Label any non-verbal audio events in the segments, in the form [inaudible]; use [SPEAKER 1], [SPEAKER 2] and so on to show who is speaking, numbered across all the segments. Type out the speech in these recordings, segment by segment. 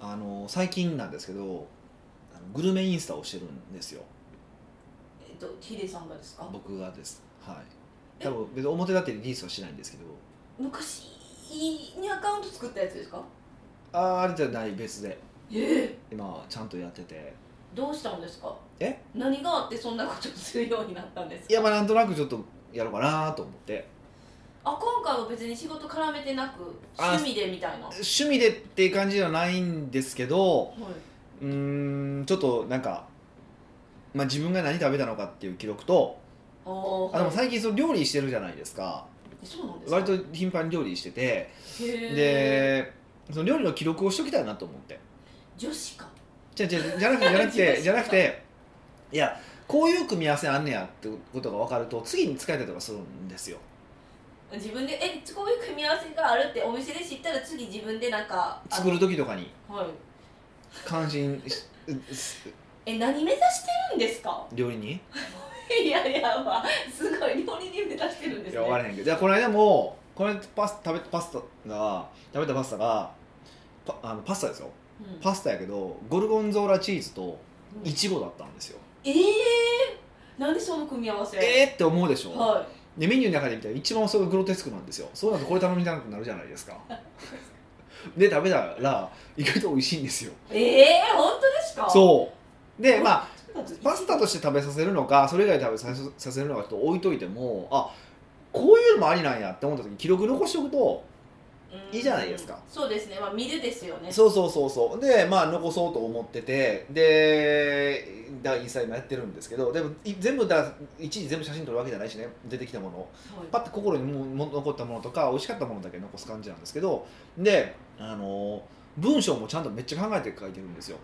[SPEAKER 1] あの最近なんですけどあのグルメインスタをしてるんですよ
[SPEAKER 2] えっとヒデさんがですか
[SPEAKER 1] 僕がですはい多分別に表立ってリリースはしないんですけど
[SPEAKER 2] 昔にアカウント作ったやつですか
[SPEAKER 1] あああれじゃない別で
[SPEAKER 2] ええ
[SPEAKER 1] 今ちゃんとやってて
[SPEAKER 2] どうしたんですか
[SPEAKER 1] え
[SPEAKER 2] 何があってそんなことをするようになったんですか
[SPEAKER 1] いやまあなんとなくちょっとやろうかなと思って
[SPEAKER 2] あ今回は別に仕事絡めてなく
[SPEAKER 1] あ
[SPEAKER 2] 趣味でみたいなはい
[SPEAKER 1] 趣味でっていう感じではないんですけどうーんちょっとなんか、まあ、自分が何食べたのかっていう記録と
[SPEAKER 2] あー
[SPEAKER 1] あでも
[SPEAKER 2] はい
[SPEAKER 1] 最近その料理してるじゃないですか
[SPEAKER 2] えそうなんですか
[SPEAKER 1] 割と頻繁に料理してて
[SPEAKER 2] へー
[SPEAKER 1] でその料理の記録をしときたいなと思って
[SPEAKER 2] 女子か
[SPEAKER 1] じゃじゃじゃなくてじゃなくて
[SPEAKER 2] [laughs] 違う
[SPEAKER 1] じゃなくていやこういう組み合わせあんねやってことが分かると次に使えたりとかするんですよ
[SPEAKER 2] 自分でえこういう組み合わせがあるってお店で知ったら次自分でなんかあ
[SPEAKER 1] 作る時とかに
[SPEAKER 2] はい
[SPEAKER 1] 感心し [laughs] うす
[SPEAKER 2] え何目指してるんですか [laughs]
[SPEAKER 1] 料理に
[SPEAKER 2] いやいやまあすごい料理に目指してるんで
[SPEAKER 1] い
[SPEAKER 2] す
[SPEAKER 1] や
[SPEAKER 2] ね
[SPEAKER 1] 分からへんけどじゃこの間もこの間パス食べパスタが食べたパスタがパあのパスタですよ
[SPEAKER 2] うん
[SPEAKER 1] パスタやけどゴルゴンゾーラチーズと
[SPEAKER 2] うん
[SPEAKER 1] いちごだったんですよ、
[SPEAKER 2] えー、なんでその組み合わせ
[SPEAKER 1] えーって思うでしょ、
[SPEAKER 2] は
[SPEAKER 1] でメニューの中で見たら一番それがグロテスクなんですよそうなるとこれ頼みたくなるじゃないです
[SPEAKER 2] [laughs]
[SPEAKER 1] かで食べたら意外と美味しいんですよ
[SPEAKER 2] いえー、本当ですか
[SPEAKER 1] そうでまあパスタと
[SPEAKER 2] し
[SPEAKER 1] して食べさせるのかそれ以外食べさせさせるのかちょっと置いといてもあこういうのもありなんやって思った時に記録残しておくと
[SPEAKER 2] て
[SPEAKER 1] いいじゃないですか
[SPEAKER 2] そうですねまあ見るですよね
[SPEAKER 1] そうそうそうそうでまあ残そうと思っててでだインスタ今やってるんですけどでもい全部だ一時全部写真撮るわけじゃないしね出てきたものを
[SPEAKER 2] はい
[SPEAKER 1] パッと心にもも残ったものとか美味しかったものだけ残す感じなんですけどであの文章もちゃんとめっちゃ考えて書いてるんですよ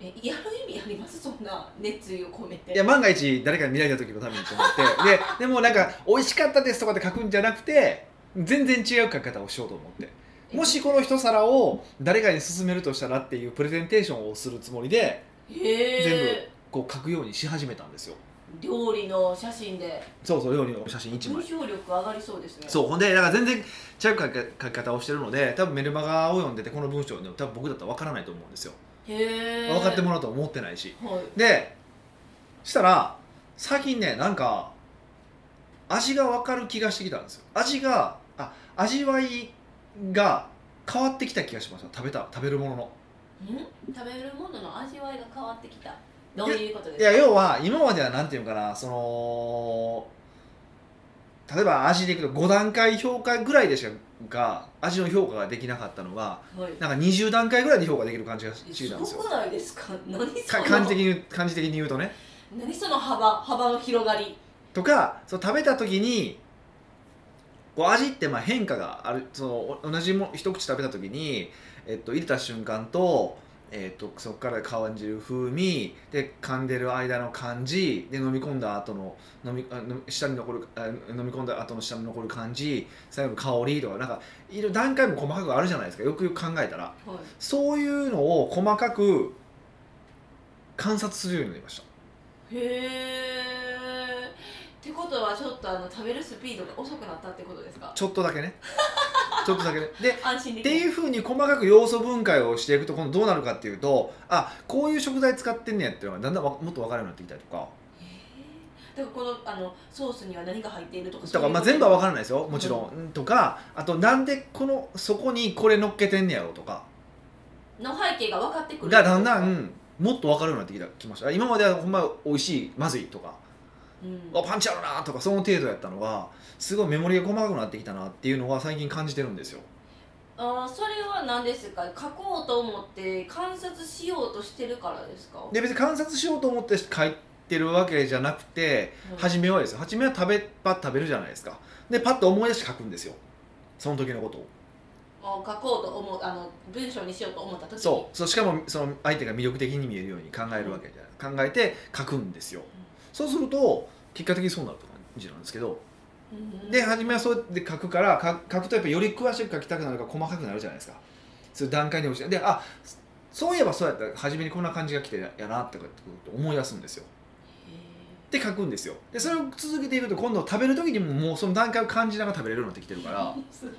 [SPEAKER 2] えやる意味ありますそんな熱意を込めて
[SPEAKER 1] いや万が一誰かに見られた時のためにと思ってででもなんか「美味しかったです」とかって書くんじゃなくて全然違う書き方をしようと思って
[SPEAKER 2] え
[SPEAKER 1] もしこの一皿を誰かに勧めるとしたらっていうプレゼンテーションをするつもりで
[SPEAKER 2] へえ
[SPEAKER 1] こう書くようにし始めたんですよ
[SPEAKER 2] 料理の写真で
[SPEAKER 1] そうそう料理の写真1
[SPEAKER 2] 文
[SPEAKER 1] 枚
[SPEAKER 2] 章力上がりそうですね
[SPEAKER 1] そうほんでだから全然違う書き書き方をしてるので多分メルマガを読んでてこの文章でも多分僕だったら分からないと思うんですよ
[SPEAKER 2] へえ
[SPEAKER 1] 分かっても
[SPEAKER 2] ら
[SPEAKER 1] らおうと思ってないし
[SPEAKER 2] はい
[SPEAKER 1] でしたら最近ねなんか味が分かる気がしてきたんですよ味があ味わいが変わってきた気がしました食べた食べるものの
[SPEAKER 2] ん食べるものの味わいが変わってきたどういうことです
[SPEAKER 1] い
[SPEAKER 2] か
[SPEAKER 1] や要は今まではなんていうのかなその例えば味でいくと5段階評価ぐらいでしかが味の評価ができなかったのが
[SPEAKER 2] はい
[SPEAKER 1] なんか20段階ぐらいで評価できる感じがしてき
[SPEAKER 2] す
[SPEAKER 1] たんですよ
[SPEAKER 2] ごくないですか何そ
[SPEAKER 1] か
[SPEAKER 2] の
[SPEAKER 1] 感じ的に感じ的に言うとね
[SPEAKER 2] 何その幅幅の広がり
[SPEAKER 1] とかそう食べた時にこう味ってまあ変化があるそのお同じも一口食べた時に、えっと、入れた瞬間と,、えっとそこから感じる風味で噛んでる間の感じで飲み込んだ後の飲みあ飲み下に残るあ飲み込んだ後の下に残る感じ最後の香りとかなんかいろいろ段階も細かくあるじゃないですかよくよく考えたら
[SPEAKER 2] はい
[SPEAKER 1] そういうのを細かく観察するようになりました。
[SPEAKER 2] へえってことはちょっとあの食べるスピードが遅くなったってことですか
[SPEAKER 1] ちょっとだけねちょっとだけねで
[SPEAKER 2] 安心で
[SPEAKER 1] っ
[SPEAKER 2] き
[SPEAKER 1] て
[SPEAKER 2] る
[SPEAKER 1] いうふうに細かく要素分解をしていくと今度どうなるかっていうとあこういう食材使ってんねやっていうのがだんだんわもっと分かるようになってきたりとか
[SPEAKER 2] へーだからこのあのソースには何が入っているとか
[SPEAKER 1] だからまあ全部は分からないですよもちろん、うんとかあとなんでこのそこにこれ乗っけてんねやろうとか
[SPEAKER 2] 分の背景が分かってくる
[SPEAKER 1] がだんだんもっと分かるようになってきたきました今まではほんま美味しいまずいとか
[SPEAKER 2] うん
[SPEAKER 1] あパンチあるなとかその程度やったのがすごいメモリが細かくなってきたなっていうのは最近感じてるんですよ
[SPEAKER 2] あーそれは何ですか書こうと思って観察しようとしてるからですか
[SPEAKER 1] で別に観察しようと思って書いてるわけじゃなくて
[SPEAKER 2] うん
[SPEAKER 1] 初めはですよ初めは食べパッと食べるじゃないですかでパッと思い出して書くんですよその時のことを
[SPEAKER 2] あー書こうと思うあの文章にしようと思った時に
[SPEAKER 1] そうそうしかもその相手が魅力的に見えるように考えるわけじゃない、考えて書くんですよそうすると結果的にそうなるって感じなんですけど
[SPEAKER 2] うん [laughs]
[SPEAKER 1] で初めはそうやって書くからか書くとやっぱより詳しく書きたくなるから細かくなるじゃないですかそういう段階に落ちてであそそういえばそうやったら初めにこんな感じが来てややなとかってことを思い出すんですよ
[SPEAKER 2] へ
[SPEAKER 1] で書くんですよでそれを続
[SPEAKER 2] [laughs]
[SPEAKER 1] けていくと今度食べる時にももうその段階を感じながら食べれるようになってきてるから
[SPEAKER 2] ーすごい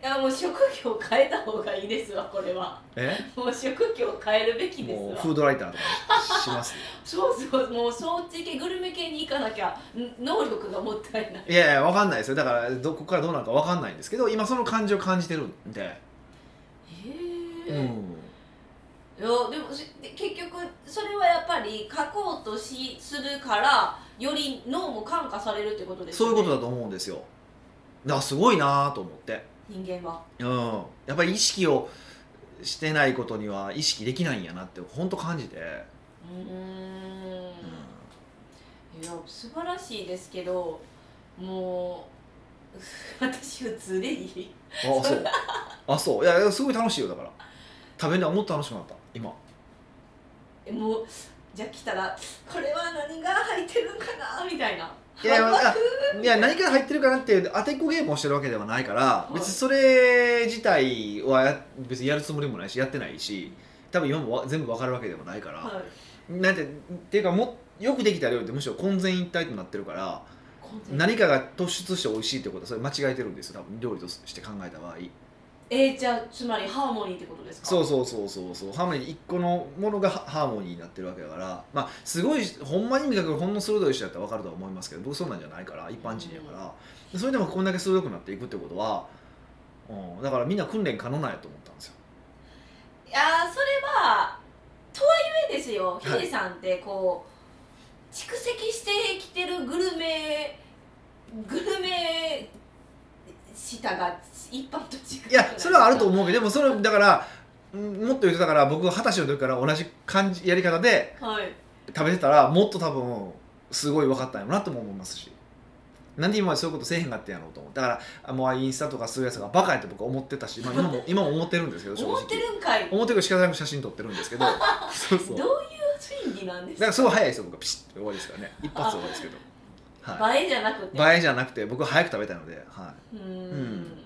[SPEAKER 2] いやもう職業変えた方がいいですわこれは
[SPEAKER 1] え
[SPEAKER 2] もう職業変えるべきです
[SPEAKER 1] もう
[SPEAKER 2] わ
[SPEAKER 1] フードライターとかします
[SPEAKER 2] そうそうもうそっち系グルメ系に行かなきゃん能力がもったいない
[SPEAKER 1] いやいやわかんないですよだからどこからどうなるかわかんないんですけど今その感じを感じてるんで、
[SPEAKER 2] へ
[SPEAKER 1] う
[SPEAKER 2] え、
[SPEAKER 1] ん
[SPEAKER 2] いやでもしで結局それはやっぱり書こうとしするからより脳も感化されるってことです
[SPEAKER 1] そういうことだと思うんですよだからすごいなと思って、
[SPEAKER 2] 人間は
[SPEAKER 1] うん、やっぱり意識をしてないことには意識できないんやなって本当感じて、
[SPEAKER 2] うーん
[SPEAKER 1] うん
[SPEAKER 2] いや素晴らしいですけどもう [laughs] 私普通でいい
[SPEAKER 1] あそうあそういやいやすごい楽しいよだから食べるのはもっと楽しくなった今
[SPEAKER 2] えもうじゃあ来たらこれは何が入ってるんかなみたいない
[SPEAKER 1] やいやいや何から入ってるかなっていう当てっこゲームをしてるわけではないから
[SPEAKER 2] い
[SPEAKER 1] 別にそれ自体はや別にやるつもりもないしやってないし多分今もわ全部わかるわけでもないから、
[SPEAKER 2] はい
[SPEAKER 1] なんてっていうかもよくできた料理ってむしろ混然一体となってるから
[SPEAKER 2] 今度
[SPEAKER 1] 何かが突出して美味しいってことはそれ間違えてるんですよ多分料理として考えた場合
[SPEAKER 2] えー、じゃあつまりハーモニーってことですか
[SPEAKER 1] そう
[SPEAKER 2] う
[SPEAKER 1] そうそうそうそうハーモニー一個のものがハハーモニーになってるわけだからまあすごいほんまに味覚がほんの鋭い人だったら分かるとは思いますけど僕そうなんじゃないから一般人やから、それでもこんだけ鋭くなっていくってことは、うん、だからみんな訓練可能なんやと思ったんですよ
[SPEAKER 2] いやーそれはとはいえですよヒ
[SPEAKER 1] はい
[SPEAKER 2] デさんってこう蓄積してきてるグルメグルメ舌が一般と違う
[SPEAKER 1] いやそれはあると
[SPEAKER 2] 思
[SPEAKER 1] 思うけどでもそれだからうんもっと言うとだから僕は二十歳の時から同じ感じやり方で
[SPEAKER 2] うはい
[SPEAKER 1] 食べてたらもっと多分すごい分かったんやろなとも思いますしなんで今までそういうことせえへんかったんやろうと思うだからあもうインスタとかするやつがバカやって僕は思ってたし、まあ、今
[SPEAKER 2] [laughs]
[SPEAKER 1] も今も思ってるんですけど正直
[SPEAKER 2] 思ってるんかい
[SPEAKER 1] 思ってるけど仕方なく写真撮ってるんですけ
[SPEAKER 2] [laughs]
[SPEAKER 1] どそうそ
[SPEAKER 2] ど
[SPEAKER 1] う
[SPEAKER 2] うい
[SPEAKER 1] だ
[SPEAKER 2] う
[SPEAKER 1] か
[SPEAKER 2] 心理なんですから
[SPEAKER 1] すごい早いですよ僕はピシッと終わりですからね一発で終わりですけど、は
[SPEAKER 2] 映えじゃなくて
[SPEAKER 1] い、映えじゃなくて僕は早く食べたいので、は
[SPEAKER 2] うーん
[SPEAKER 1] うん、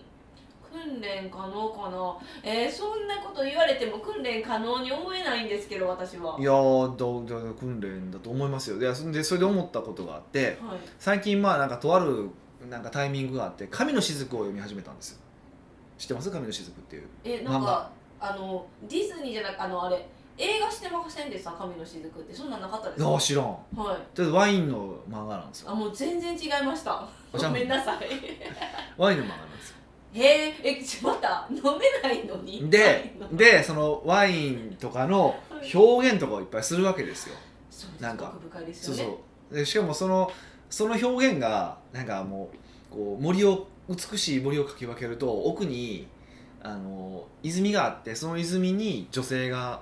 [SPEAKER 2] 訓練可能かなえー、そんなこと言われても訓練可能に思えないんですけど私ははい
[SPEAKER 1] いやーどうどう訓練だと思いますよいやそんでそれで思ったことがあって
[SPEAKER 2] い
[SPEAKER 1] 最近まあなんかとあるなんかタイミングがあって「神の雫」を読み始めたんですよ知ってます神の雫っていう
[SPEAKER 2] えなん
[SPEAKER 1] ま
[SPEAKER 2] かあのディズニーじゃなくあのあれ映画してませんでした「神の雫」ってそんなんなかったで
[SPEAKER 1] い
[SPEAKER 2] す
[SPEAKER 1] や
[SPEAKER 2] か
[SPEAKER 1] ー
[SPEAKER 2] はい
[SPEAKER 1] 知らんとりあえずワインの漫画なんですよ
[SPEAKER 2] あもう全然違いました
[SPEAKER 1] お茶
[SPEAKER 2] ご
[SPEAKER 1] も
[SPEAKER 2] めんなさい
[SPEAKER 1] ワインの漫画なんですよ
[SPEAKER 2] へーえちまた飲めないのに
[SPEAKER 1] で
[SPEAKER 2] はい
[SPEAKER 1] でそのワインとかの表現とかをいっぱいするわけですよ
[SPEAKER 2] そうです
[SPEAKER 1] なんか
[SPEAKER 2] 奥深いで
[SPEAKER 1] そ
[SPEAKER 2] す
[SPEAKER 1] う
[SPEAKER 2] よね
[SPEAKER 1] そうでしかもそのその表現がなんかもうこう森を美しい森をかき分けると奥にあの泉があってその泉に女性が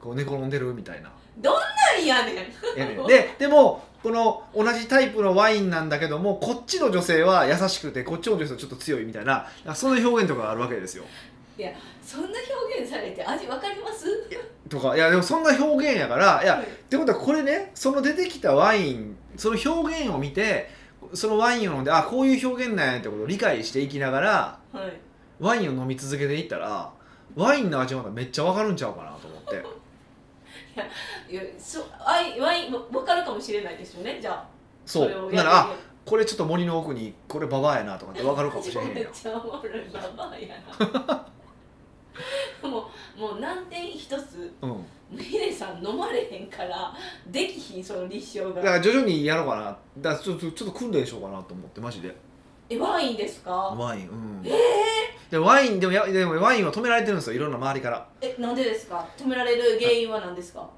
[SPEAKER 1] こう寝転んでるみたいな
[SPEAKER 2] なんやねん
[SPEAKER 1] やねんででもこの同じタイプのワインなんだけどもこっちの女性は優しくてこっちの女性はちょっと強いみたいなその表現とかがあるわけですよ
[SPEAKER 2] そんな表現されて味わかります
[SPEAKER 1] とかいやでもそんな表現やからいや
[SPEAKER 2] はい
[SPEAKER 1] ってことはこれねその出てきたワインその表現を見てそのワインを飲んであこういう表現なんやってことを理解していきながら
[SPEAKER 2] はい
[SPEAKER 1] ワインを飲み続けていったらワインの味まだめっちゃわかるんちゃうかなと思
[SPEAKER 2] [laughs]
[SPEAKER 1] って
[SPEAKER 2] いやそうあいワインも分かるかもしれないですよねじゃあ
[SPEAKER 1] そ
[SPEAKER 2] れを
[SPEAKER 1] うな
[SPEAKER 2] やっ
[SPEAKER 1] らあこれちょっと森の奥にこれババアやなとかってわかるかもしれへん
[SPEAKER 2] めっ
[SPEAKER 1] よ
[SPEAKER 2] ちゃおもろいババアや
[SPEAKER 1] [laughs]
[SPEAKER 2] なもうもう難点一つ
[SPEAKER 1] うん
[SPEAKER 2] ヒデさん飲まれへんからできひんその立証
[SPEAKER 1] だか
[SPEAKER 2] が
[SPEAKER 1] ら徐々にやろうかなだからちょっとちょっと訓練しようかなと思ってマジで
[SPEAKER 2] えワインですか
[SPEAKER 1] ワインうんでワインでもやでもワインは止められてるんですよいろんな周りから
[SPEAKER 2] えなんでですか止められる原因は何ですかは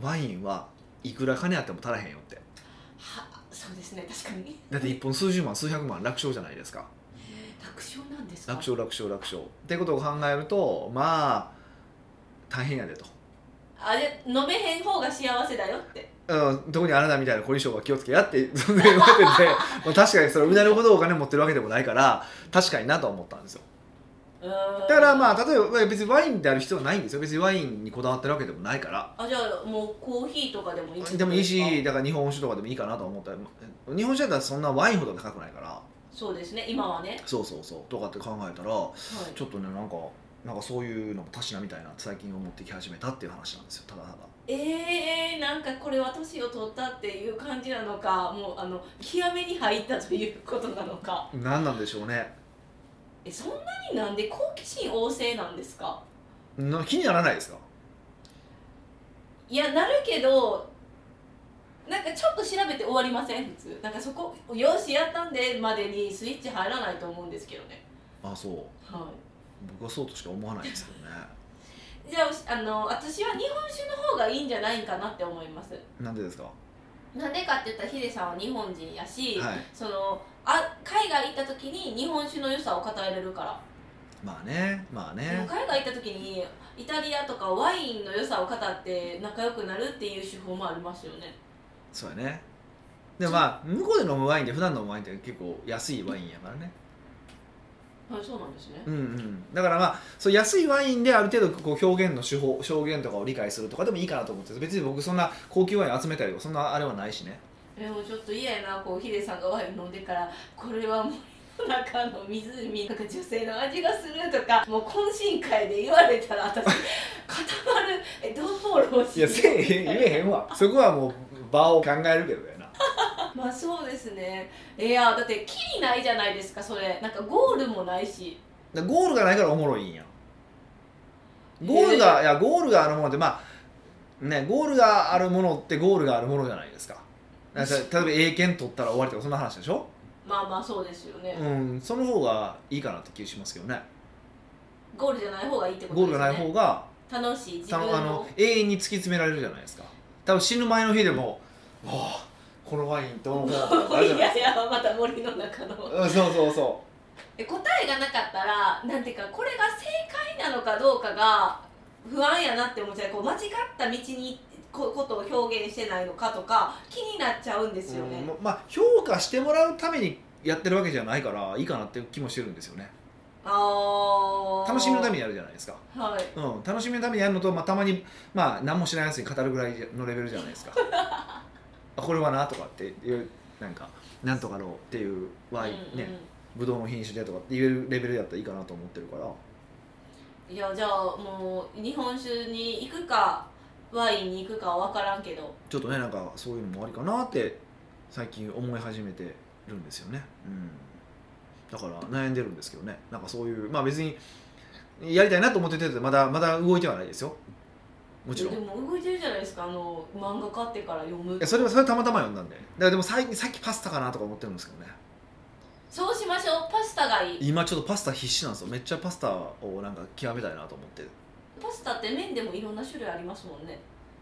[SPEAKER 1] ワインはいくら金あっても足らへんよって
[SPEAKER 2] そうですね確かに
[SPEAKER 1] だって1本数十万数百万楽勝じゃないですか
[SPEAKER 2] 楽勝なんですか
[SPEAKER 1] 楽勝楽勝楽勝ってことを考えるとまあ大変やでと、
[SPEAKER 2] あれ飲めへん方が幸せだよって
[SPEAKER 1] うん、特にあなたみたいな凝り性は気をつけやって [laughs] そんな言われててまあ確かにそれうなるほどお金持ってるわけでもないから確かになとは思ったんですよ
[SPEAKER 2] うーん
[SPEAKER 1] だからまあ例えば別にワインである必要はないんですよ別にワインにこだわってるわけでもないから
[SPEAKER 2] あじゃあもうコーヒーとかでもいいってこと
[SPEAKER 1] でもいい
[SPEAKER 2] すか
[SPEAKER 1] しだから日本酒とかでもいいかなと思ったり日本酒だったらそんなワインほど高くないから
[SPEAKER 2] そうですね今はね、はい、
[SPEAKER 1] そうそうそうとかって考えたらちょっとねなんかなんかそういうのもたしなみたいな最近思ってき始めたっていう話なんですよただただ
[SPEAKER 2] えー、なんかこれは年を取ったっていう感じなのかもうあの極めに入ったということなのか
[SPEAKER 1] 何なんでしょうね
[SPEAKER 2] えそんなになんで好奇心旺盛なんですか
[SPEAKER 1] な気にならないですか
[SPEAKER 2] いやなるけどなんかちょっと調べて終わりません普通なんかそこ「よしやったんで」までにスイッチ入らないと思うんですけどね
[SPEAKER 1] あそう
[SPEAKER 2] は
[SPEAKER 1] 僕はそうとしか思わないですけどね
[SPEAKER 2] いじゃああの私は日本酒の方がいいんじゃないかなって思います
[SPEAKER 1] なんでですかは
[SPEAKER 2] なんでかって言ったらヒデさんは日本人やし、
[SPEAKER 1] い
[SPEAKER 2] そのあ海外行った時に日本酒の良さを語れるから
[SPEAKER 1] まあねまあ
[SPEAKER 2] でも
[SPEAKER 1] ね
[SPEAKER 2] 海外行った時にイタリアとかワインの良さを語って仲良くなるっていう手法もありますよね
[SPEAKER 1] そうやねでもまあ向こうで飲むワインって普段のワインって結構安いワインやからね
[SPEAKER 2] はいそうなんですね
[SPEAKER 1] うんうんだからまあそう安いワインである程度こう表現の手法表現とかを理解するとかでもいいかなと思ってます別に僕そんな高級ワイン集めたりとかそんなあれはないしね
[SPEAKER 2] でもちょっと嫌やなこうヒデさんがワイン飲んでからこれはもう中の湖なんか女性の味がするとかも [laughs] う懇親会で言われたら私固まるえどうフォローし
[SPEAKER 1] いやせえへん言えへんわ [laughs] そこはもう場を考えるけどやな
[SPEAKER 2] [laughs] まあそうですねいやだってキリないじゃないですかそれなんかゴールもないし
[SPEAKER 1] だからゴールがないからおもろいんやゴールが、いやゴールがあるものってまあねゴールがあるものってゴールがあるものじゃないですかだから例えば英検取ったら終わりとかそんな話でしょ
[SPEAKER 2] まあまあそうですよね、
[SPEAKER 1] うんその方がいいかなって気がしますけどね
[SPEAKER 2] ゴールじゃない方がいいってこと
[SPEAKER 1] ゴー
[SPEAKER 2] で
[SPEAKER 1] ル
[SPEAKER 2] す
[SPEAKER 1] がない方
[SPEAKER 2] ね
[SPEAKER 1] が
[SPEAKER 2] 楽しい自
[SPEAKER 1] た
[SPEAKER 2] 分
[SPEAKER 1] あ
[SPEAKER 2] の
[SPEAKER 1] の永遠に突き詰められるじゃないですか多分死ぬ前の日でも「わあこのワインどうのこうの」とかあるじゃ
[SPEAKER 2] [laughs] い
[SPEAKER 1] ない
[SPEAKER 2] やいやまた森の中の
[SPEAKER 1] うんそうそうそ
[SPEAKER 2] え答えがなかったらなんていうかこれが正解なのかどうかが不安やなって思っちゃうこう間違った道にこことを表現してないのかとか気になっちゃうんで
[SPEAKER 1] う、
[SPEAKER 2] すよね、
[SPEAKER 1] うんまあ評価してもらうためにやってるわけじゃないからいいかなっていう気もしてるんですよね
[SPEAKER 2] ああ
[SPEAKER 1] 楽しみのため
[SPEAKER 2] に
[SPEAKER 1] にやるじゃないですか、
[SPEAKER 2] はい
[SPEAKER 1] うん、楽しみのためにやるのと、まあ、たまに、まあ、何もしないやつに語るぐらいのレベルじゃないですかあこれはなとかっていうなんかなんとかのっていうワイン、
[SPEAKER 2] うん
[SPEAKER 1] ねブドウの品種でとかっていうレベルだったらいいかなと思ってるから
[SPEAKER 2] うんいやじゃあもう日本酒に行くかワインに行くかは分からんけど
[SPEAKER 1] ちょっとねなんかそういうのもありかなって最近思い始めてるんですよね、うん、だから悩んでるんですけどねなんかそういうまあ別にやりたいなと思っててまだまだ動いてはないですよもちろん
[SPEAKER 2] でも動いてるじゃないですかあの漫画買ってから読む
[SPEAKER 1] いやそれはそれはたまたま読んだんでだからでも最近さっきパスタかなとか思ってるんですけどね
[SPEAKER 2] そうしましょうパスタがいい
[SPEAKER 1] 今ちょっとパスタ必死なんですよめっちゃパスタをなんか極めたいなと思って
[SPEAKER 2] パスタって麺でもいろんな種類ありますもんね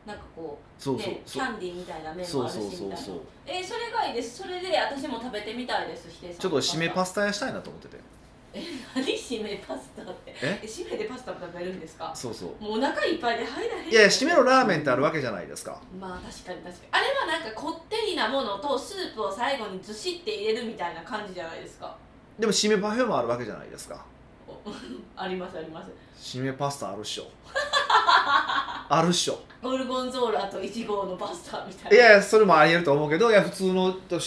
[SPEAKER 2] なんかこ
[SPEAKER 1] そううそう
[SPEAKER 2] ねキ
[SPEAKER 1] そう
[SPEAKER 2] ャンディーみたいな麺
[SPEAKER 1] そ
[SPEAKER 2] も
[SPEAKER 1] う
[SPEAKER 2] あるし
[SPEAKER 1] そう
[SPEAKER 2] みたい
[SPEAKER 1] そう
[SPEAKER 2] な
[SPEAKER 1] そう
[SPEAKER 2] えーそれがいいですそれで私も食べてみたいですひでさん
[SPEAKER 1] ちょっと締めパ
[SPEAKER 2] ス
[SPEAKER 1] スタやしたいなと思ってて
[SPEAKER 2] タ何締めパスタって
[SPEAKER 1] え
[SPEAKER 2] 締めでパスタも食べるんですか
[SPEAKER 1] そうそう
[SPEAKER 2] もうお腹いっぱいで入らへん
[SPEAKER 1] いやいや締めのラーメンってあるわけじゃないですか
[SPEAKER 2] まあ確かに確かにあれはなんかこってりなものとスープを最後にずしって入れるみたいな感じじゃないですか
[SPEAKER 1] でも締めパフェもあるわけじゃないですか
[SPEAKER 2] おありますあります
[SPEAKER 1] 締めパスタあるっしょ [laughs] あるっしょ
[SPEAKER 2] ゴルゴンゾーラとイチゴのパスタみたい
[SPEAKER 1] い
[SPEAKER 2] な
[SPEAKER 1] やいやそれもありえると思うけどいや普通の塩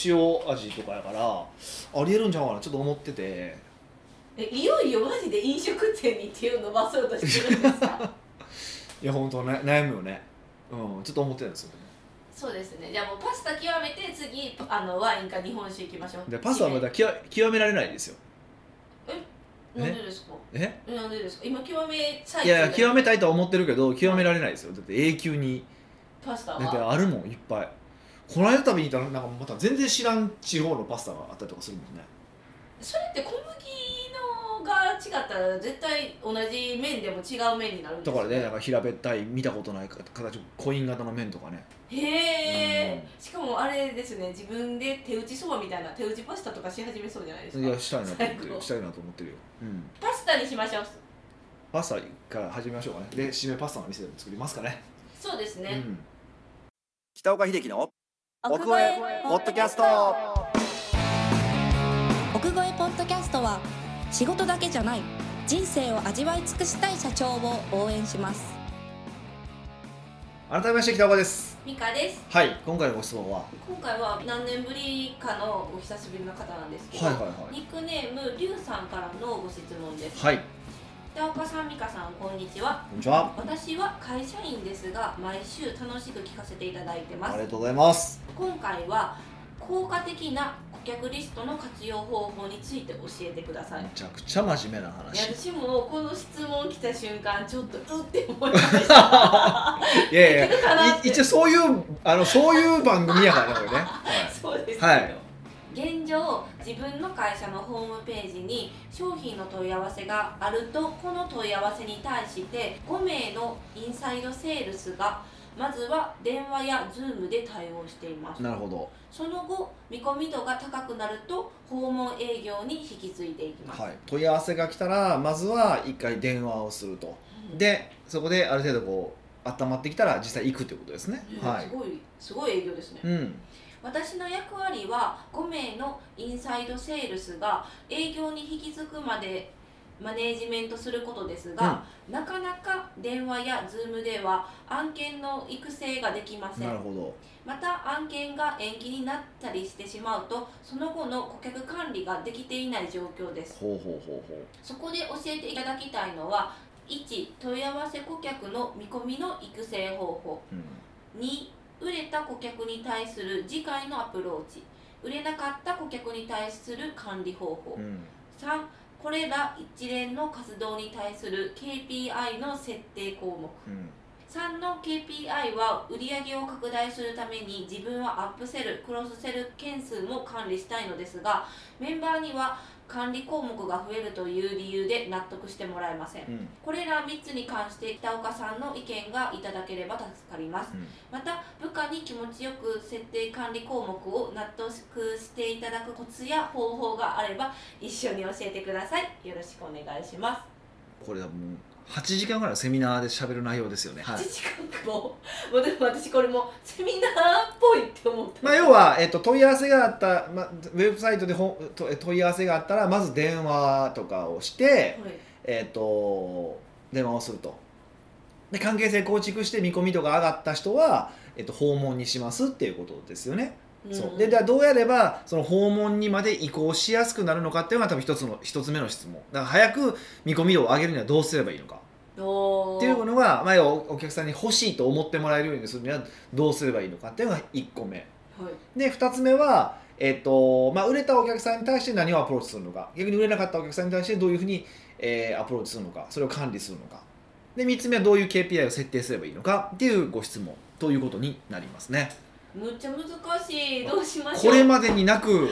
[SPEAKER 1] 味とかやからありえるんちゃうかなちょっと思ってて
[SPEAKER 2] えいよいよマジで飲食店に手を伸ばそうとしてるんですか
[SPEAKER 1] いや本当ね悩むよねうんちょっと思ってるんですよね
[SPEAKER 2] そうですねじゃあもうパスタ極めて次あのワインか日本酒いきましょう
[SPEAKER 1] でパスタはまだ極極められないですよ
[SPEAKER 2] なんでですか
[SPEAKER 1] え
[SPEAKER 2] えなんでですか今極め最
[SPEAKER 1] い
[SPEAKER 2] 中
[SPEAKER 1] やいや極めたいとは思ってるけど極められないですよだって永久に
[SPEAKER 2] パスタ
[SPEAKER 1] だって
[SPEAKER 2] は
[SPEAKER 1] あるもんいっぱいこの間食べに行ったらなんかまた全然知らん地方のパスタがあったりとかするもんね
[SPEAKER 2] それって小麦のが違ったら絶対同じ麺でも違う麺になるんです
[SPEAKER 1] だからねなんか平べったい見たことない形コイン型の麺とかね
[SPEAKER 2] へえ
[SPEAKER 1] う
[SPEAKER 2] しかもあれですね自分で手打ちそばみたいな手打ちパスタとかし始めそうじゃないです
[SPEAKER 1] い
[SPEAKER 2] か
[SPEAKER 1] やしたいなと思って
[SPEAKER 2] 最高
[SPEAKER 1] るしたいなと思ってるよ、うん、
[SPEAKER 2] パスタにしましょう
[SPEAKER 1] パスタから始めましょうかねで締めパスタの店でも作りますかね、
[SPEAKER 2] そうです
[SPEAKER 1] う
[SPEAKER 2] ね、
[SPEAKER 1] ん、北岡秀樹の
[SPEAKER 3] 奥越えポッドキャスト
[SPEAKER 4] 奥越えポッドキャストは仕事だけじゃない人生を味わい尽くしたい社長を応援します
[SPEAKER 1] 改めまして北岡です
[SPEAKER 2] ミカです
[SPEAKER 1] はい今回のご質問はは
[SPEAKER 2] 今回は何年ぶりかのお久しぶりの方なんですけ
[SPEAKER 1] い
[SPEAKER 2] ど、
[SPEAKER 1] はいはい
[SPEAKER 2] ニックネームリュウさんからのご質問です
[SPEAKER 1] はい
[SPEAKER 2] 北岡さん美香さんこんにちは
[SPEAKER 1] こんにちは
[SPEAKER 2] 私は会社員ですが毎週楽しく聞かせていただいてま
[SPEAKER 1] あり
[SPEAKER 2] す
[SPEAKER 1] がとうございます
[SPEAKER 2] 今回は効果的な顧客リストの活用方法について教えてください
[SPEAKER 1] めちゃくちゃ真面目ない
[SPEAKER 2] や
[SPEAKER 1] 話
[SPEAKER 2] 私もこの質問来た瞬間ちょっとうって思いました
[SPEAKER 1] いやい
[SPEAKER 2] いけるかな
[SPEAKER 1] や
[SPEAKER 2] っ
[SPEAKER 1] い
[SPEAKER 2] て
[SPEAKER 1] 一応そういうあのそういう番組やから [laughs] ねこれね、はい
[SPEAKER 2] [laughs] そうですよ、
[SPEAKER 1] はい
[SPEAKER 2] 現状自分の会社のホームページに商品の問い合わせがあるとこの問い合わせに対して5名のインサイドセールスがまずは電話や Zoom で対応しています
[SPEAKER 1] なるほど
[SPEAKER 2] その後見込み度が高くなると訪問営業に引き継いでいきます、
[SPEAKER 1] はい、問い合わせが来たらまずは一回電話をすると
[SPEAKER 2] うん
[SPEAKER 1] でそこである程度こう温まってきたら実際行くということですね、
[SPEAKER 2] うん
[SPEAKER 1] は
[SPEAKER 2] す
[SPEAKER 1] い、
[SPEAKER 2] ごいすごい営業ですね、
[SPEAKER 1] うん、
[SPEAKER 2] 私の役割は5名のインサイドセールスが営業に引き継ぐまでマネージメントすることですが、なかなか電話や Zoom では案件の育成ができませ
[SPEAKER 1] なる
[SPEAKER 2] ん
[SPEAKER 1] ほど
[SPEAKER 2] また案件が延期になったりしてしまうとその後の顧客管理ができていない状況です
[SPEAKER 1] ほうほうほうほ
[SPEAKER 2] そこで教えていただきたいのは1問い合わせ顧客の見込みの育成方法
[SPEAKER 1] う、うん、
[SPEAKER 2] 2売れた顧客に対する次回のアプローチ売れなかった顧客に対する管理方法、
[SPEAKER 1] うん、
[SPEAKER 2] 3これら一連の活動に対する KPI の設定項目
[SPEAKER 1] うん、
[SPEAKER 2] 3の KPI は売上を拡大するために自分はアップセルクロスセル件数も管理したいのですがメンバーには管理項目が増えるという理由で納得してもらえません
[SPEAKER 1] うん、
[SPEAKER 2] これら3つに関して北岡さんの意見がいただければ助かります
[SPEAKER 1] うん
[SPEAKER 2] また部下に気持ちよく設定管理項目を納得していただくコツや方法があれば一緒に教えてくださいよろしくお願いしま
[SPEAKER 1] これはもう8時間ぐらいのセミナーで喋る内容ですよね、
[SPEAKER 2] す、
[SPEAKER 1] はい
[SPEAKER 2] 1時間ももうでも私これもセミナーっぽいって思った
[SPEAKER 1] まあ、要は、えっと、問い合わせがあった、まあ、ウェブサイトでほんと問い合わせがあったらまず電話とかをして、
[SPEAKER 2] はい
[SPEAKER 1] えっと、電話をするとで関係性構築して見込み度が上がった人は、えっと、訪問にしますっていうことですよね、そうでじゃあどうやればその訪問にまで移行しやすくなるのかっていうのが多分一つの一つ目の質問だから早く見込み度を上げるにはどうすればいいのか
[SPEAKER 2] ど
[SPEAKER 1] っていうのが、まあ、要はお客さんに欲しいと思ってもらえるようにするにはどうすればいいのかっていうのが1個目
[SPEAKER 2] はい
[SPEAKER 1] で2つ目は、えっとまあ、売れたお客さんに対して何をアプローチするのか逆に売れなかったお客さんに対してどういうふうに、えーアプローチするのかそれを管理するのかで3つ目はどういう KPI を設定すればいいのかっていうご質問ということになりますね
[SPEAKER 2] むっちゃ難しいどうしましょ
[SPEAKER 1] こ
[SPEAKER 2] う
[SPEAKER 1] れまでになく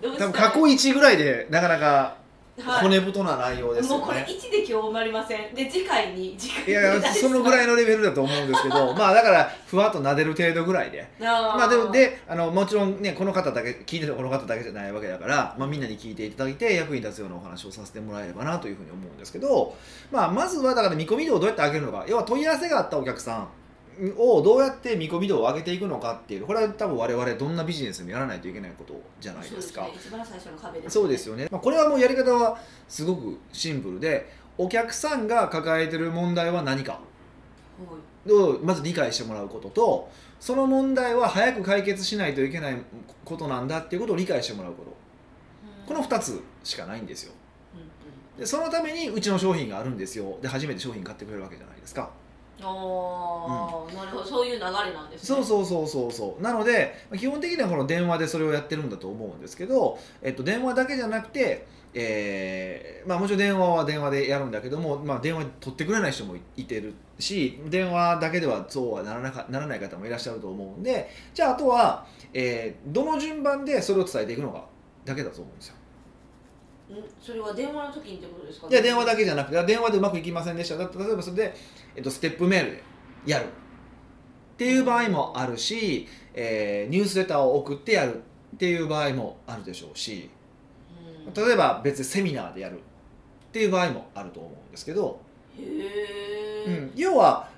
[SPEAKER 2] どうした
[SPEAKER 1] 多分
[SPEAKER 2] ら
[SPEAKER 1] 過去1ぐらいでなかなか
[SPEAKER 2] はい
[SPEAKER 1] 骨太な内容ですよ
[SPEAKER 2] も
[SPEAKER 1] ね、
[SPEAKER 2] うこれ1で今日埋まりませんで次回に次回
[SPEAKER 1] い
[SPEAKER 2] [laughs]
[SPEAKER 1] やいやそのぐらいのレベルだと思うんですけどまあだからふわっと撫でる程度ぐらいで
[SPEAKER 2] あー
[SPEAKER 1] まあでもであのもちろんねこの方だけ聞いてるこの方だけじゃないわけだから、まあ、みんなに聞いていただいて役に立つようなお話をさせてもらえればなというふうに思うんですけど、まあ、まずはだから見込み度をどうやって上げるのか要は問い合わせがあったお客さんをどうやって見込み度を上げていくのかっていうこれは多分我々どんなビジネスにもやらないといけないことじゃないですか
[SPEAKER 2] そう。ですね一番最初の壁ですね
[SPEAKER 1] そうですよね、まあ、これはもうやり方はすごくシンプルでお客さんが抱えてる問題は何か
[SPEAKER 2] はい
[SPEAKER 1] をまず理解してもらうこととその問題は早く解決しないといけないことなんだっていうことを理解してもらうことこの2つしかないんですよ
[SPEAKER 2] うんうん
[SPEAKER 1] でそのためにうちの商品があるんですよで初めて商品買ってくれるわけじゃないですか
[SPEAKER 2] ああ、なるほどそういう流れなんですね
[SPEAKER 1] そうそうそうそうそうなのでまあ基本的にはこの電話でそれをやってるんだと思うんですけど、えっと、電話だけじゃなくて、えーまあ、もちろん電話は電話でやるんだけども、まあ、電話取ってくれない人もいいてるし電話だけではそうはならなかならない方もいらっしゃると思うんでじゃああとは、えーどの順番でそれを伝えていくのかだけだと思うんですよ
[SPEAKER 2] んそれは電話の時にってことですか
[SPEAKER 1] いや電話だ
[SPEAKER 2] け
[SPEAKER 1] けじゃなくて電話でうまくいきませんでしただって例えばそれで、えっと、ステップメールでやるっていう場合もあるし、えーニュースレターを送ってやるっていう場合もあるでしょうし例えば別にセミナーでやるっていう場合もあると思うんですけど、
[SPEAKER 2] へ
[SPEAKER 1] う
[SPEAKER 2] え、
[SPEAKER 1] ん、要は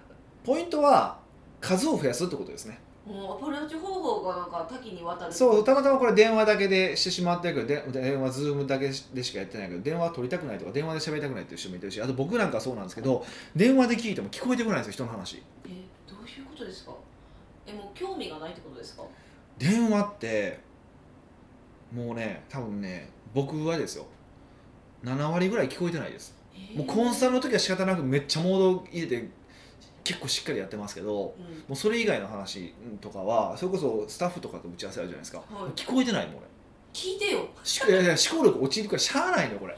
[SPEAKER 1] ポイントは数を増やすってことですね
[SPEAKER 2] もうアプローチ方法がなんか多岐にわたる
[SPEAKER 1] そうたまたまこれ電話だけでしてしまってるけどで電話ズームだけでしかやってないけど電話取りたくないとか電話で喋りたくないっていう人もいてるしあと僕なんかそうなんですけど電話で聞いても聞こえてこないんですよ人の話
[SPEAKER 2] えどういうことですかえもう興味がないってことですか
[SPEAKER 1] 電話ってもうね多分ね僕はですよ7割ぐらい聞こえてないですもうコンサルの時は仕方なくめっちゃモード入れて結構しっかりやってますけども
[SPEAKER 2] うん
[SPEAKER 1] うそれ以外の話とかはそれこそスタッフとかと打ち合わせあるじゃないですか、
[SPEAKER 2] はい
[SPEAKER 1] 聞こえてないもん俺
[SPEAKER 2] 聞いてよ [laughs]
[SPEAKER 1] しいやいや思考力落ちるからしゃあないのよこれい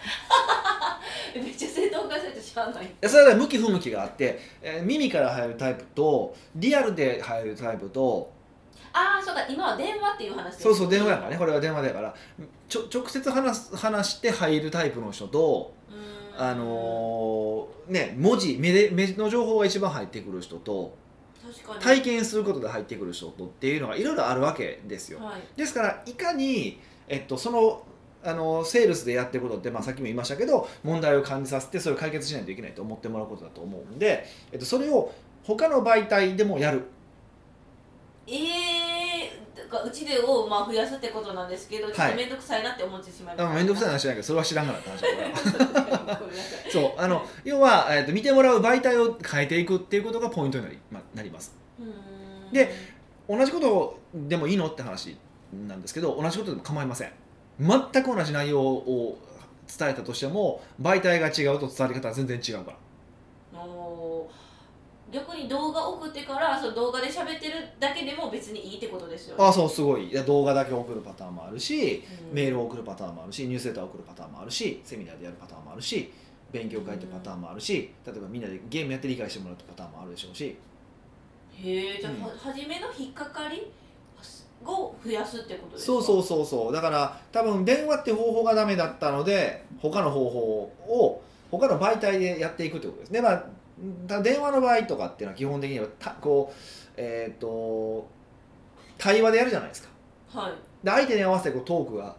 [SPEAKER 2] えめっちゃ正当化されてしゃあない
[SPEAKER 1] やそれは向き不向きがあって、えー耳から入るタイプとリアルで入るタイプと
[SPEAKER 2] ああそうだ今は電話っていう話だよね
[SPEAKER 1] そうそう電話やからねこれは電話だからちょ直接話す話して入るタイプの人と
[SPEAKER 2] うーん
[SPEAKER 1] あのーね文字目で目の情報が一番入ってくる人と
[SPEAKER 2] 確かに
[SPEAKER 1] 体験することで入ってくる人とっていうのがいろいろあるわけですよ
[SPEAKER 2] はい
[SPEAKER 1] ですからいかに、えっと、そのあのセールスでやってることって、まあ、さっきも言いましたけど問題を感じさせてそれを解決しないといけないと思ってもらうことだと思うんで、えっと、それを他の媒体でもやる
[SPEAKER 2] ええー、だからうちでをまあ増やすってことなんですけど、
[SPEAKER 1] い
[SPEAKER 2] ちょっと面倒くさいなって思ってしまいました。
[SPEAKER 1] 面倒くさい
[SPEAKER 2] い。
[SPEAKER 1] 話じゃないけどそれは知らんからって話だから
[SPEAKER 2] [laughs] ごめんなさ
[SPEAKER 1] [laughs]
[SPEAKER 2] い
[SPEAKER 1] そうあの要は、えっと、見てもらう媒体を変えていくっていうことがポイントになり,、まあ、なります
[SPEAKER 2] うーん
[SPEAKER 1] で、同じことでもいいのって話なんですけど同じことでも構いません全く同じ内容を伝えたとしても媒体が違うと伝わり方は全然違うから
[SPEAKER 2] おー逆に動画送ってからその動画で喋ってるだけでも別にいいってことですよね。
[SPEAKER 1] あそうすごいいや動画だけ送るパターンもあるし
[SPEAKER 2] うん
[SPEAKER 1] メールを送るパターンもあるしニュースレターを送るパターンもあるしセミナーでやるパターンもあるし勉強会ってパターンもあるし例えばみんなでゲームやって理解してもらうパターンもあるでしょうし
[SPEAKER 2] へえじゃあ、
[SPEAKER 1] うん
[SPEAKER 2] は初めの引っかかりを増やすってことですか。
[SPEAKER 1] そうそうそうそうだから多分電話って方法がダメだったので他の方法を他の媒体でやっていくってことですね、まあ、た電話の場合とかっていうのは基本的にはたこうえっ、と対話でやるじゃないですか
[SPEAKER 2] はい。
[SPEAKER 1] で相手に合わせてこうトークが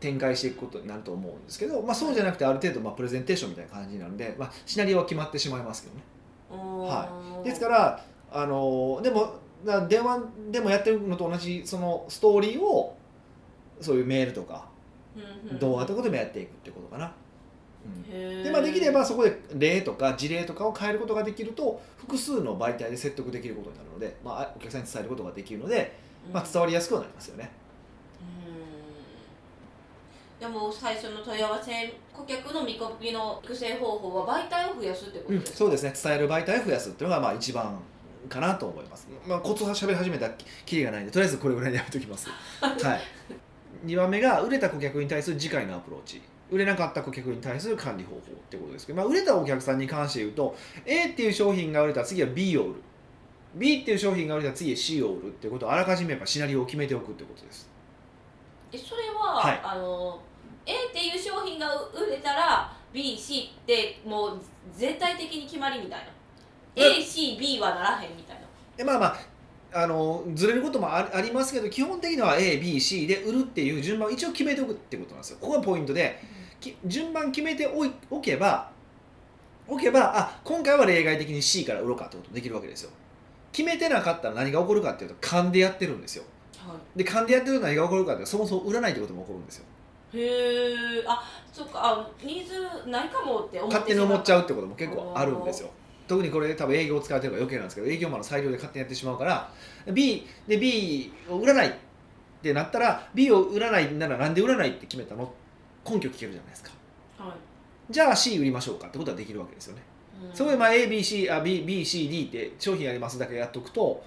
[SPEAKER 1] 展開していくことになると思うんですけど、まあ、そうじゃなくてある程度まあプレゼンテーションみたいな感じになるんで、まあ、シナリオは決まってしまいますけどね
[SPEAKER 2] は
[SPEAKER 1] です
[SPEAKER 2] ら。
[SPEAKER 1] からあのでもな電話でもやってるのと同じそのストーリーをそういうメールとか
[SPEAKER 2] うんうん
[SPEAKER 1] 動画とかでもやっていくってことかな、うん
[SPEAKER 2] へー
[SPEAKER 1] でまあ、できればそこで例とか事例とかを変えることができると複数の媒体で説得できることになるので、まあ、お客さんに伝えることができるので、まあ、伝わりやすくはなりますよね、
[SPEAKER 2] うんでも最初の問い合わせ顧客の見込みの育成方法は媒体を増やすってこ
[SPEAKER 1] う
[SPEAKER 2] とで
[SPEAKER 1] ん、
[SPEAKER 2] す
[SPEAKER 1] そうですね伝える媒体を増やすっていうのがまあ一番かなと思います、まあ、コツを喋り始めたらききりがないんでとりあえずこれぐらいでやめとき [laughs] ます、はい、2番目が売れた顧客に対する次回のアプローチ売れなかった顧客に対する管理方法ってことですけど、まあ、売れたお客さんに関して言うと A っていう商品が売れたら次は B を売る B っていう商品が売れたら次は C を売るっていうことをあらかじめやっぱシナリオを決めておくってことです
[SPEAKER 2] えそれは、
[SPEAKER 1] はい
[SPEAKER 2] あの A っていう商品が売れたら BC ってもう絶対的に決まりみたいな
[SPEAKER 1] うん
[SPEAKER 2] ACB はならへんみたいな
[SPEAKER 1] でまあまああのずれることもあありますけど基本的には ABC で売るっていう順番を一応決めておくってことなんですよここがポイントでき順番決めておいおけばおけばあ今回は例外的に C から売ろうかってこともできるわけですよ決めてなかったら何が起こるかっていうと勘でやってるんですよ
[SPEAKER 2] は
[SPEAKER 1] で勘でやってると何が起こるかっていうとそもそも売らないってことも起こるんですよ
[SPEAKER 2] い、へえあそっかあニーズないかもって思って
[SPEAKER 1] 勝手に思っちゃ
[SPEAKER 2] う
[SPEAKER 1] うってことも結構あるんですよ特にこれ多分営業を使われてるから余計なんですけど営業マンの裁量で勝手にやってしまうから B で B を売らないってなったら B を売らないならなんで売らないって決めたの根拠聞けるじゃないですか
[SPEAKER 2] はい
[SPEAKER 1] じゃあ C 売りましょうかってことはできるわけですよね、
[SPEAKER 2] うん
[SPEAKER 1] そこでまあ ABC あ BBCD って商品ありますだけやっとくと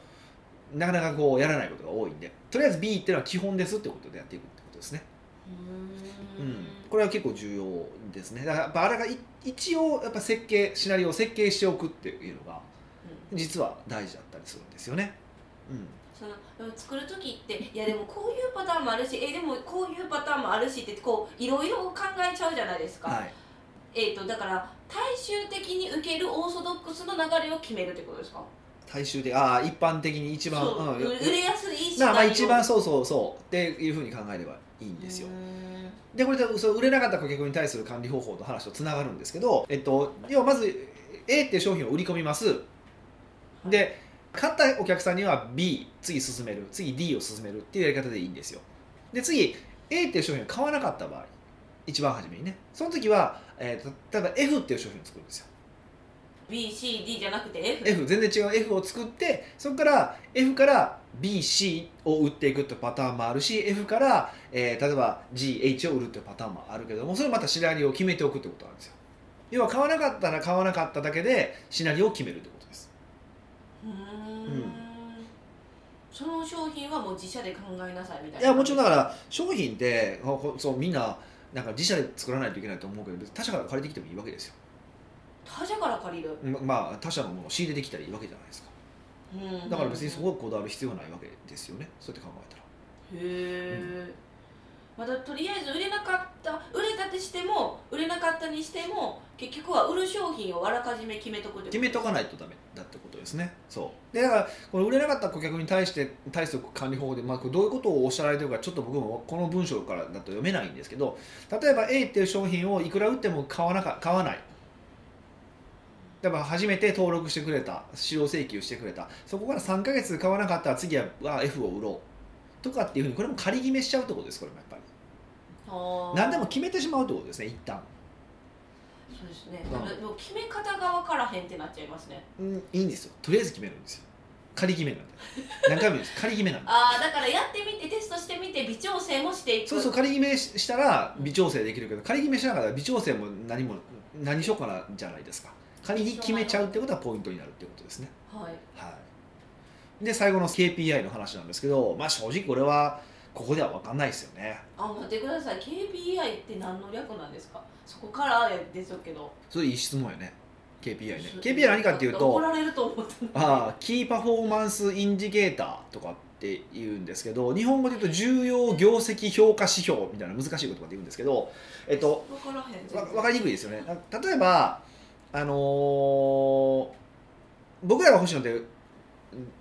[SPEAKER 1] なかなかこうやらないことが多いんでとりあえず B っていうのは基本ですってことでやっていくってことですね
[SPEAKER 2] うー
[SPEAKER 1] うんんこれは結構重要ですねだからやっぱあれがい一応やっぱ設計シナリオを設計しておくっていうのが
[SPEAKER 2] うん
[SPEAKER 1] 実は大事だったりするんですよね、う
[SPEAKER 2] そのでも作る時っていやでもこういうパターンもあるしえでもこういうパターンもあるしってこういろいろ考えちゃうじゃないですか、
[SPEAKER 1] んはい、
[SPEAKER 2] えっ、とだから大衆的に受けるオーソドックスの流れを決めるってことですか
[SPEAKER 1] 大衆でああ一般的に一番
[SPEAKER 2] そう、
[SPEAKER 1] うん
[SPEAKER 2] 売れやすいし
[SPEAKER 1] まあまあ一番そうそうそうっていうふうに考えればいいんですよでこれとその売れなかった顧客に対する管理方法と話とつながるんですけど、えっと、要はまず A っていう商品を売り込みますで買ったお客さんには B 次進める次 D を進めるっていうやり方でいいんですよで次 A っていう商品を買わなかった場合一番初めにねその時は、えーと例えば F っていう商品を作るんですよ
[SPEAKER 2] BCD じゃなくて F
[SPEAKER 1] F 全然違う F を作ってそこから F から BC を売っていくってパターンもあるし F から、えー例えば GH を売るってパターンもあるけどもそれまたシナリオを決めておくってことなんですよ要は買わなかったら買わなかっただけでシナリオを決めるってことです
[SPEAKER 2] うーん
[SPEAKER 1] うん
[SPEAKER 2] その商品はもう自社で考えなさいみたいない
[SPEAKER 1] やもちろんだから商品ってここそうみんななんか自社で作らないといけないと思うけど別に他社から借りてきてもいいわけですよ
[SPEAKER 2] 他社から借りる、
[SPEAKER 1] ままあ他社のものを仕入れてきたらいいわけじゃないですか
[SPEAKER 2] うん、
[SPEAKER 1] だから別にそこはこだわる必要はないわけですよねそうやって考えたら
[SPEAKER 2] へえ、またとりあえず売れなかった売れたとしても売れなかったにしても結局は売る商品をあらかじめ決めとくってこと
[SPEAKER 1] 決めとかないとダメだってことですねそうでだからこの売れなかった顧客に対して対する管理方法で、まあ、これどういうことをおっしゃられてるかちょっと僕もこの文章からだと読めないんですけど例えば A っていう商品をいくら売っても買わなか買わないだから初めて登録してくれた使用請求してくれたそこから3ヶ月買わなかったら次はわあ F を売ろうとかっていうふうにこれも仮決めしちゃうってことですこれもやっぱり
[SPEAKER 2] あー
[SPEAKER 1] 何でも決めてしまうってことですね一旦
[SPEAKER 2] そうですね、
[SPEAKER 1] うん
[SPEAKER 2] なんかでも決め方が分からへんってなっちゃいますね
[SPEAKER 1] うんいいんですよとりあえず決めるんですよ仮決めなんで何回も言うんです仮決めなんで
[SPEAKER 2] ああだからやってみてテストしてみて微調整もしていく
[SPEAKER 1] そうそう仮決めししたら微調整できるけど仮決めしながら微調整も何も何しようかなじゃないですか仮に決めちゃうってことはポイントになるってことですね
[SPEAKER 2] はい
[SPEAKER 1] はいで最後の KPI の話なんですけどまあ正直これはここでは分かんないですよね
[SPEAKER 2] あ待ってください KPI って何の略なんですかそこからですけど
[SPEAKER 1] それいい質問よね KPI ね KPI 何かっていう
[SPEAKER 2] 怒
[SPEAKER 1] と
[SPEAKER 2] られると思ったの
[SPEAKER 1] ああキーパフォーマンスインジケーターとかって言うんですけど日本語で言うと重要業績評価指標みたいな難しい言葉で言うんですけどえっと
[SPEAKER 2] 分からへ
[SPEAKER 1] わ
[SPEAKER 2] ん
[SPEAKER 1] わかりにくいですよねな例えばあのー僕らが欲しいのって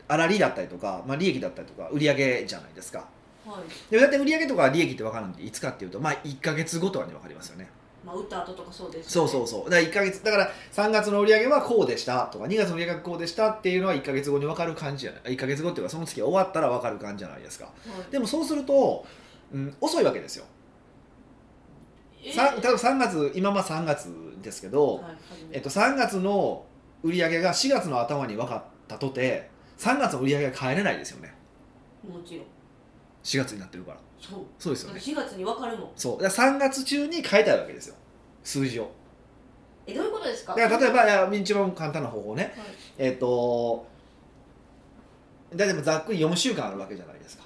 [SPEAKER 1] あらりだったりとか、まあ、利益だったりとか売り上げじゃないですか
[SPEAKER 2] はい
[SPEAKER 1] でだって売り上げとか利益って分かるのっていつかっていうとまあ1か月後とかに分かりますよね
[SPEAKER 2] まあ打った後とかそうです
[SPEAKER 1] そうそううそうだから1ヶ月だから3月の売り上げはこうでしたとか2月の売り上げはこうでしたっていうのは1か月後に分かる感じじゃない1か月後っていうかその月が終わったら分かる感じじゃないですか
[SPEAKER 2] はい
[SPEAKER 1] でもそうすると、うん、遅いわけですよ
[SPEAKER 2] え
[SPEAKER 1] さ例え
[SPEAKER 2] ー
[SPEAKER 1] ば3月今まあ3月ですけど、
[SPEAKER 2] はい
[SPEAKER 1] えっと、3月の売り上げが4月の頭に分かったとて3月の売り上げが変えれないですよね
[SPEAKER 2] もちろん
[SPEAKER 1] 4月になってるから
[SPEAKER 2] そう
[SPEAKER 1] そうですよね
[SPEAKER 2] 4月に分かるもん
[SPEAKER 1] そうだから3月中に変えたいわけですよ数字を
[SPEAKER 2] えどういうことですか
[SPEAKER 1] だから例えばいや一番簡単な方法ね
[SPEAKER 2] はい
[SPEAKER 1] えっと大体ざっくり4週間あるわけじゃないですか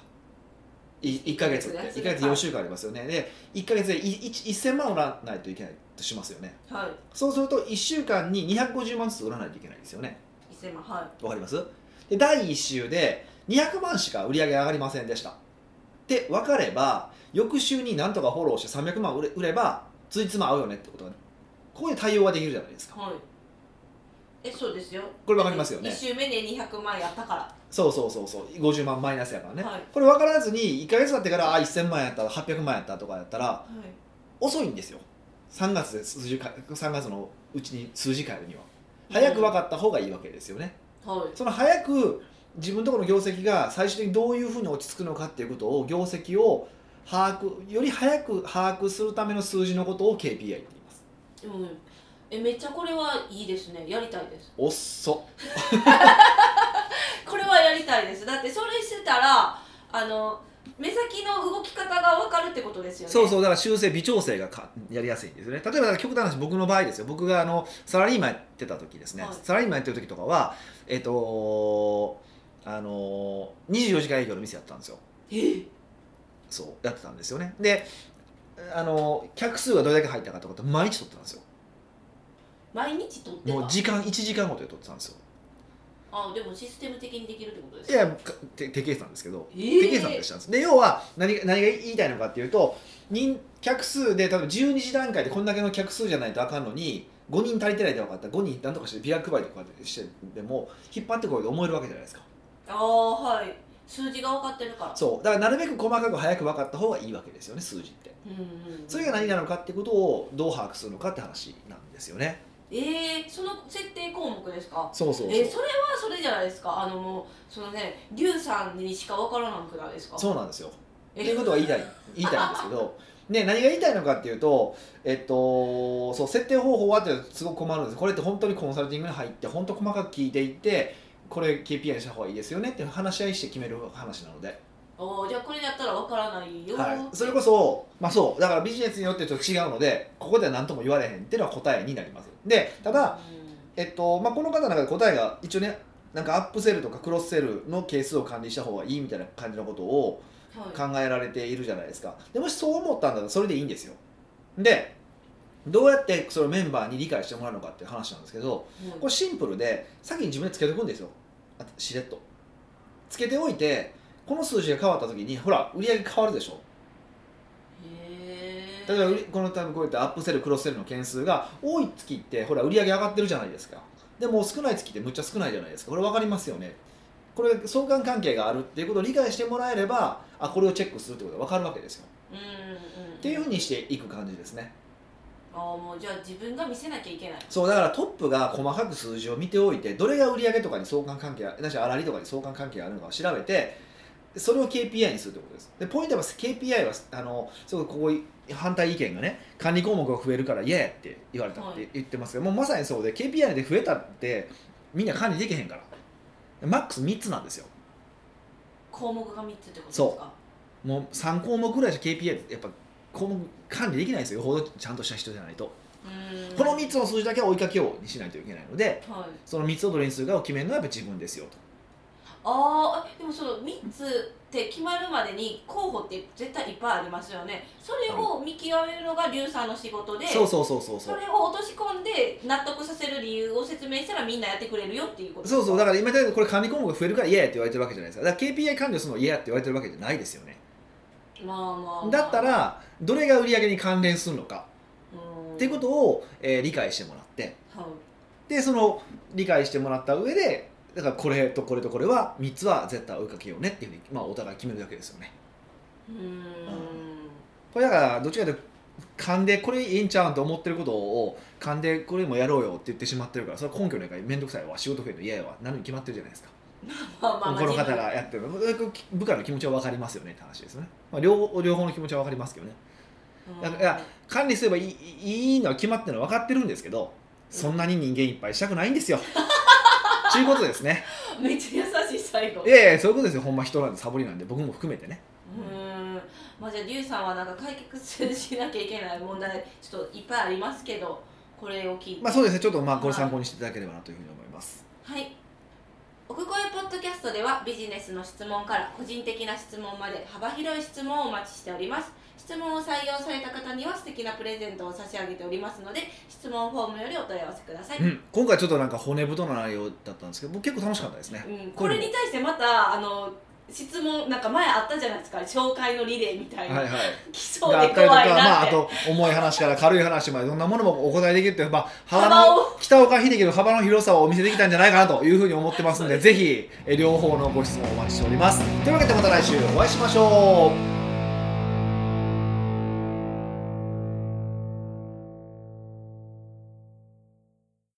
[SPEAKER 1] い1か月って
[SPEAKER 2] 一ヶ月
[SPEAKER 1] 1か月4週間ありますよねで1か月でいい1000万売らないといけないとしますよね
[SPEAKER 2] はい
[SPEAKER 1] そうすると1週間に250万ずつ売らないといけないですよね
[SPEAKER 2] 1000万は
[SPEAKER 1] わかりますで第1週で200万しか売り上げ上がりませんでしたで分かれば翌週になんとかフォローして300万売れ売ればついつま合うよねってことがここで対応ができるじゃないです
[SPEAKER 2] い
[SPEAKER 1] か
[SPEAKER 2] はいえそうですよ
[SPEAKER 1] これわかりますよね
[SPEAKER 2] 1周目で200万やったから
[SPEAKER 1] そうそうそうそう50万マイナスやからね、
[SPEAKER 2] はい
[SPEAKER 1] これ分からずに1か月経ってからあ1000万やった800万やったとかやったら
[SPEAKER 2] はい
[SPEAKER 1] 遅いんですよ3月で数字か3月のうちに数字変えるには早く分かった方がいいわけですよね
[SPEAKER 2] はい
[SPEAKER 1] その早く自分のところの業績が最終的にどういうふうに落ち着くのかっていうことを業績を把握より早く把握するための数字のことを KPI って言います
[SPEAKER 2] うんえめっちゃこれはいいですねやりたいです
[SPEAKER 1] おっそ
[SPEAKER 2] これはやりたいですだってそれしてたらあの目先の動き方が分かるってことですよね
[SPEAKER 1] そう
[SPEAKER 2] う
[SPEAKER 1] そうだから修正微調整がかやりやすいんですよね例えばだから極端な話僕の場合ですよ僕があのサラリーマンやってた時ですね、
[SPEAKER 2] はい
[SPEAKER 1] サラリーマンやってる時とかはえっとあの24時間営業の店やったんですよ
[SPEAKER 2] え
[SPEAKER 1] そうやってたんですよねであの客数がどれだけ入ったかとかって毎日取ってたんですよ
[SPEAKER 2] 毎日撮ってた
[SPEAKER 1] もう時間1時間ごとで取ってたんですよ
[SPEAKER 2] あでもシステム的にできるってことです
[SPEAKER 1] いやかて手計算ですけど
[SPEAKER 2] え
[SPEAKER 1] 手
[SPEAKER 2] ー、
[SPEAKER 1] 計算でしたんです、で要は何が何が言いたいのかっていうと人客数で多分12時段階でこんだけの客数じゃないとあかんのに5人足りてないで分かったら5人なんとかしてビラ配りとかしてでも引っ張ってこいと思えるわけじゃないですか
[SPEAKER 2] ああはい数字が分かってるから
[SPEAKER 1] そうだからなるべく細かく早く分かった方がいいわけですよね数字って
[SPEAKER 2] うんうんうん
[SPEAKER 1] それが何なのかってことをどう把握するのかって話なんですよね
[SPEAKER 2] えー、その設定項目ですか
[SPEAKER 1] そうそうそう、
[SPEAKER 2] えーそれはそれじゃないですかあのもうそのね龍さんにしか分からなくないですか
[SPEAKER 1] そうなんですよ
[SPEAKER 2] え
[SPEAKER 1] っていうことは言いたい言いたいんですけど、ね、何が言いたいのかっていうと、えっと、そう設定方法はってすごく困るんですこれって本当にコンサルティングに入って本当細かく聞いていってこれ KPI にした方がいいですよねっていう話し合いして決める話なので、
[SPEAKER 2] おーじゃあこれやったら分からないよー
[SPEAKER 1] はい、それこそ、まあ、そうだからビジネスによってちょっと違うのでここでは何とも言われへんっていうのは答えになりますでただ、
[SPEAKER 2] うん
[SPEAKER 1] えっとまあ、この方の中で答えが一応ねなんかアップセルとかクロスセルの係数を管理した方がいいみたいな感じのことを考
[SPEAKER 2] は
[SPEAKER 1] えられているじゃないですかでもしそう思ったんだったらそれでいいんですよでどうやってそのメンバーに理解してもらうのかっていう話なんですけど
[SPEAKER 2] いはい
[SPEAKER 1] これシンプルで先に自分でつけておくんですよあしれっとつけておいてこの数字が変わった時にほら売り上げ変わるでしょ
[SPEAKER 2] へ
[SPEAKER 1] 例えば売りこの多分こういったアップセルクロスセルの件数が多い月ってほら売り上げ上がってるじゃないですかでも少ない月ってむっちゃ少ないじゃないですかこれ分かりますよねこれ相関関係があるっていうことを理解してもらえればあこれをチェックするってことが分かるわけですよ
[SPEAKER 2] うんうんうん
[SPEAKER 1] っていうふうにしていく感じですね
[SPEAKER 2] ああもうじゃあ自分が見せなきゃいけない
[SPEAKER 1] そうだからトップが細かく数字を見ておいてどれが売り上げとかに相関関係あなしあらりとかに相関関係があるのかを調べてそれを KPI にするということですでポイントは KPI はあのすごいここい反対意見がね管理項目が増えるから嫌やって言われたっ
[SPEAKER 2] は
[SPEAKER 1] て
[SPEAKER 2] い
[SPEAKER 1] 言ってますけど、もうまさにそうで KPI で増えたってみんな管理できへんからマックス3つなんですよ
[SPEAKER 2] 項目が3つってことです
[SPEAKER 1] そう
[SPEAKER 2] か
[SPEAKER 1] もう3項目ぐらいしか KPI ってやっぱ項目管理できないんですよよほどちゃんとした人じゃないと
[SPEAKER 2] うん
[SPEAKER 1] この3つの数字だけは追いかけようにしないといけないので
[SPEAKER 2] はい
[SPEAKER 1] その3つをどれにするかを決めるのはやっぱ自分ですよと
[SPEAKER 2] あーえでもその3つって決まるまでに候補って絶対いっぱいありますよねそれを見極めるのが龍さんの仕事で
[SPEAKER 1] そうそうそうそうそ
[SPEAKER 2] そうれを落とし込んで納得させる理由を説明したらみんなやってくれるよっていうこと
[SPEAKER 1] そうそうだ
[SPEAKER 2] か
[SPEAKER 1] から今言ったようにこれ管理項目が増えるから嫌やって言われてるわけじゃないですかだから KPI 管理をするの嫌やって言われてるわけじゃないですよね
[SPEAKER 2] らまあまあまあ、
[SPEAKER 1] だった
[SPEAKER 2] っ
[SPEAKER 1] らどれが売り上げに関連するのかっていうことを、えー理解してもらって
[SPEAKER 2] と、はい
[SPEAKER 1] でその理解してもらった上でだからこれとこれとこれは3つは絶対追いかけようねっていうふうに、まあ、お互い決めるわけですよね
[SPEAKER 2] うーん
[SPEAKER 1] これだからどっちかというと勘でこれいいんちゃうんと思ってることを勘でこれもやろうよって言ってしまってるからそれは根拠ないから面倒くさいわ仕事増えるの嫌やわなるに決まってるじゃないですか
[SPEAKER 2] まあまあまあ
[SPEAKER 1] この方がやってる部下の気持ちは分かりますよねって話ですよね、まあ、両方両方の気持ちは分かりますけどね
[SPEAKER 2] うん
[SPEAKER 1] だから管理すればいいいいのは決まってるのは分かってるんですけどそんなに人間いっぱいしたくないんです
[SPEAKER 2] [laughs]
[SPEAKER 1] よということですね
[SPEAKER 2] めっちゃ優しい最後
[SPEAKER 1] いやいやそういうことですよほんま人なんでサボりなんで僕も含めてね
[SPEAKER 2] うーんまあじゃあリュウさんはなんか解決しなきゃいけない問題ちょっといっぱいありますけどこれを聞いて、
[SPEAKER 1] まあそうですねちょっとまあこれ参考にしていただければなというふうに思います
[SPEAKER 2] はい奥越ポッドキャストではビジネスの質問から個人的な質問まで幅広い質問をお待ちしております質問を採用された方には素敵なプレゼントを差し上げておりますので質問フォームよりお問い合わせください、
[SPEAKER 1] うん、今回ちょっとなんか骨太な内容だったんですけど僕結構楽しかったですね、
[SPEAKER 2] うんこれに対してまたあの質問なんか前あったじゃないですか紹介のリレーみたいな、
[SPEAKER 1] はいはい
[SPEAKER 2] 来
[SPEAKER 1] が
[SPEAKER 2] そう
[SPEAKER 1] あ
[SPEAKER 2] で
[SPEAKER 1] ったりと
[SPEAKER 2] 怖い
[SPEAKER 1] か、ま
[SPEAKER 2] な
[SPEAKER 1] あ、あ
[SPEAKER 2] って、
[SPEAKER 1] と重い話から軽い話までどんなものもお答えできるっていう、まあ、
[SPEAKER 2] 幅
[SPEAKER 1] の北岡秀樹の幅の広さをお見せできたんじゃないかなというふうに思ってますんでぜひえ両方のご質問お待ちしておりますというわけでまた来週お会いしましょう